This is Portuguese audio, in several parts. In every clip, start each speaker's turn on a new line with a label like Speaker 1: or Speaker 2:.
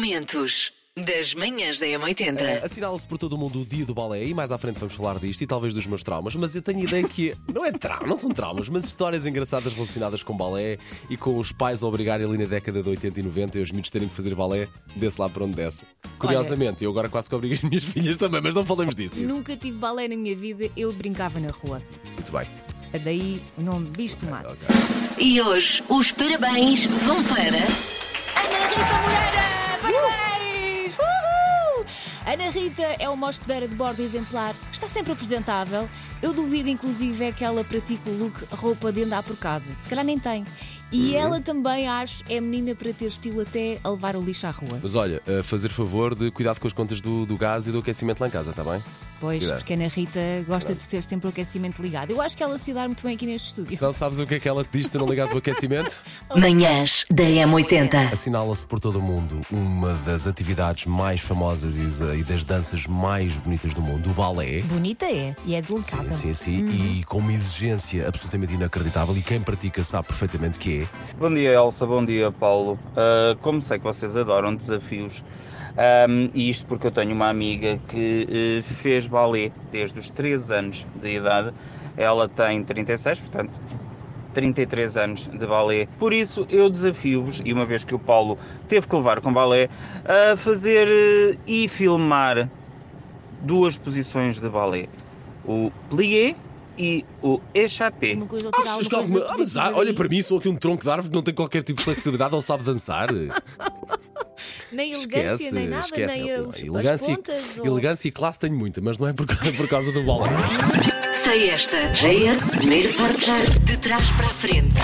Speaker 1: Momentos das manhãs da
Speaker 2: Eh,
Speaker 1: M80.
Speaker 2: Assinala-se por todo o mundo o dia do balé e mais à frente vamos falar disto e talvez dos meus traumas, mas eu tenho a ideia que não é trauma, não são traumas, mas histórias engraçadas relacionadas com balé e com os pais a obrigarem ali na década de 80 e 90 e os miúdos terem que fazer balé desse lá para onde desce. Curiosamente, eu agora quase que obrigo as minhas filhas também, mas não falamos disso. Isso.
Speaker 3: Nunca tive balé na minha vida, eu brincava na rua.
Speaker 2: Muito bem.
Speaker 3: Daí o nome Bicho do Mato.
Speaker 1: E hoje os parabéns vão para.
Speaker 3: Ana Rita Moreira! Parabéns!
Speaker 2: Uh!
Speaker 3: Uhul! Ana Rita é uma hospedeira de bordo exemplar, está sempre apresentável. Eu duvido, inclusive, é que ela pratique o look roupa de andar por casa. Se calhar nem tem. E
Speaker 2: Uhum.
Speaker 3: ela também, acho, é menina para ter estilo até a levar o lixo à rua.
Speaker 2: Mas olha, eh, fazer favor de cuidado com as contas do, do gás e do aquecimento lá em casa, está bem?
Speaker 3: Pois,
Speaker 2: Cuidado.
Speaker 3: porque a Ana Rita gosta de ter sempre o aquecimento ligado. Eu acho que ela se dá muito bem aqui neste estúdio.
Speaker 2: Se não sabes o que é que ela te diz, tu não ligas o aquecimento?
Speaker 1: Manhãs da M80.
Speaker 2: Assinala-se por todo o mundo uma das atividades mais famosas diz, e das danças mais bonitas do mundo, o balé.
Speaker 3: Bonita é, e é delicada.
Speaker 2: Sim, sim, sim. E com uma exigência absolutamente inacreditável, e quem pratica sabe perfeitamente que é.
Speaker 4: Bom dia, Elsa. Bom dia, Paulo. Ah, como sei que vocês adoram desafios, ahm, e isto porque eu tenho uma amiga que eh, fez balé desde os 3 anos de idade. Ela tem 36, portanto, 33 anos de balé. Por isso, eu desafio-vos, e uma vez que o Paulo teve que levar com balé, a fazer eh, e filmar duas posições de balé: o plié e o échappé.
Speaker 3: Uma coisa, ou tirar alguma
Speaker 2: Ah,
Speaker 3: coisa positiva daí.
Speaker 2: mim, sou aqui um tronco de árvore que não tem qualquer tipo de flexibilidade ou sabe dançar.
Speaker 3: Nem elegância, nem nada, nem
Speaker 2: Não,
Speaker 3: os,
Speaker 2: é elegância,
Speaker 3: as pontas. ou-
Speaker 2: elegância e classe tenho muita, mas não é por, ca- por causa do balé.
Speaker 1: Sei esta. JS, primeiro portar de trás para a frente.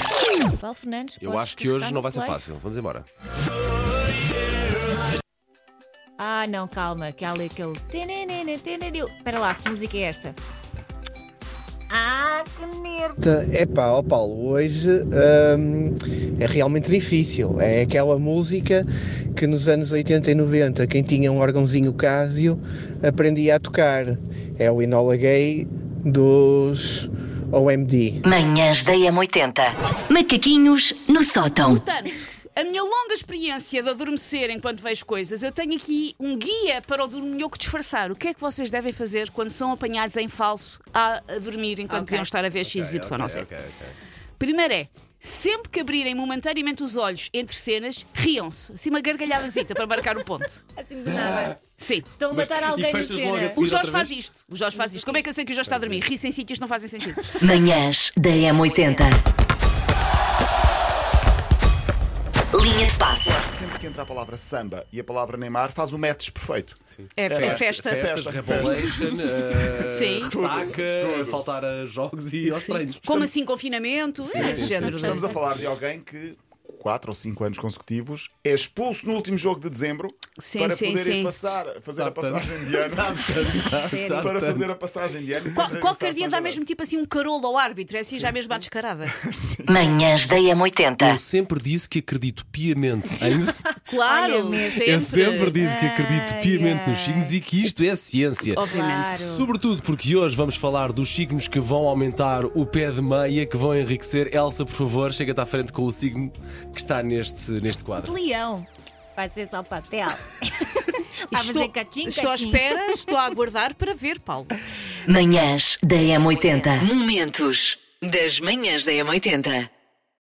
Speaker 3: Paulo Fernandes,
Speaker 2: Eu
Speaker 3: podes
Speaker 2: acho que hoje
Speaker 3: carregar
Speaker 2: não
Speaker 3: no
Speaker 2: vai ser
Speaker 3: play.
Speaker 2: fácil. Vamos embora.
Speaker 3: Ah, não, calma, que há ali aquele. tenenene, teneneu. Espera lá, que música é esta? Ah, que nervo!
Speaker 5: É pá, ó Paulo, hoje hum, é realmente difícil. É aquela música que nos anos 80 e 90 quem tinha um órgãozinho Casio aprendia a tocar. É o Enola Gay dos OMD.
Speaker 1: Manhãs da M80. Macaquinhos no sótão.
Speaker 6: Portanto, a minha longa experiência de adormecer enquanto vejo coisas, eu tenho aqui um guia para o dorminhoco disfarçar. O que é que vocês devem fazer quando são apanhados em falso a, a dormir enquanto
Speaker 3: Ok.
Speaker 6: deviam estar a ver XY, não sei. Primeiro é, sempre que abrirem momentaneamente os olhos entre cenas, riam-se. Assim uma gargalhadazita para marcar o ponto.
Speaker 3: Assim do nada.
Speaker 6: Sim.
Speaker 3: Estão a matar alguém na
Speaker 2: fechas logo
Speaker 3: cena.
Speaker 2: assim.
Speaker 6: O
Speaker 2: Ir
Speaker 6: Jorge
Speaker 2: outra
Speaker 6: faz isto. O Jorge faz isto. Como é que eu sei que o Jorge está a dormir? Ri-se em sítios que não fazem sentido.
Speaker 1: Manhãs da M80. Linha de passe.
Speaker 7: Sempre que entra a palavra samba e a palavra Neymar, faz o match perfeito.
Speaker 6: É, é festa.
Speaker 2: Festas,
Speaker 7: Festa.
Speaker 2: Revolution, eh,
Speaker 6: Sim.
Speaker 2: saca, faltar a jogos e aos treinos.
Speaker 6: Como assim, confinamento? É, esse género. não é?
Speaker 7: Estamos a falar de alguém que, 4 ou 5 anos consecutivos, é expulso no último jogo de dezembro
Speaker 6: Sim,
Speaker 7: para
Speaker 6: sim,
Speaker 7: poder ir
Speaker 6: sim.
Speaker 7: passar, fazer
Speaker 2: Sabe
Speaker 7: a passagem
Speaker 2: tanto.
Speaker 7: de ano.
Speaker 2: Sabe tanto. Sabe
Speaker 7: para
Speaker 2: tanto.
Speaker 7: fazer a passagem de ano. e
Speaker 6: Qual-
Speaker 7: depois
Speaker 6: qualquer
Speaker 7: regressar
Speaker 6: dia
Speaker 7: para
Speaker 6: dá
Speaker 7: jogar.
Speaker 6: mesmo tipo assim um carolo ao árbitro, é assim já mesmo à descarada.
Speaker 1: Manhãs da
Speaker 2: Eu
Speaker 1: M80.
Speaker 2: sempre disse que acredito piamente em.
Speaker 3: Olha
Speaker 6: Claro,
Speaker 3: mesmo.
Speaker 6: sempre.
Speaker 2: Eu É sempre disse que acredito
Speaker 3: Ai,
Speaker 2: piamente nos
Speaker 3: ai.
Speaker 2: signos e que isto é ciência.
Speaker 6: Obviamente.
Speaker 3: Claro.
Speaker 2: Sobretudo porque hoje vamos falar dos signos que vão aumentar o pé de meia, que vão enriquecer. Elsa, por favor, chega-te à frente com o signo que está neste, neste quadro.
Speaker 3: Leão. Vai ser só papel. Vai fazer cachim,
Speaker 6: estou à
Speaker 3: cachim.
Speaker 6: espera, estou a aguardar para ver, Paulo.
Speaker 1: Manhãs da M80. Momentos das manhãs da M80.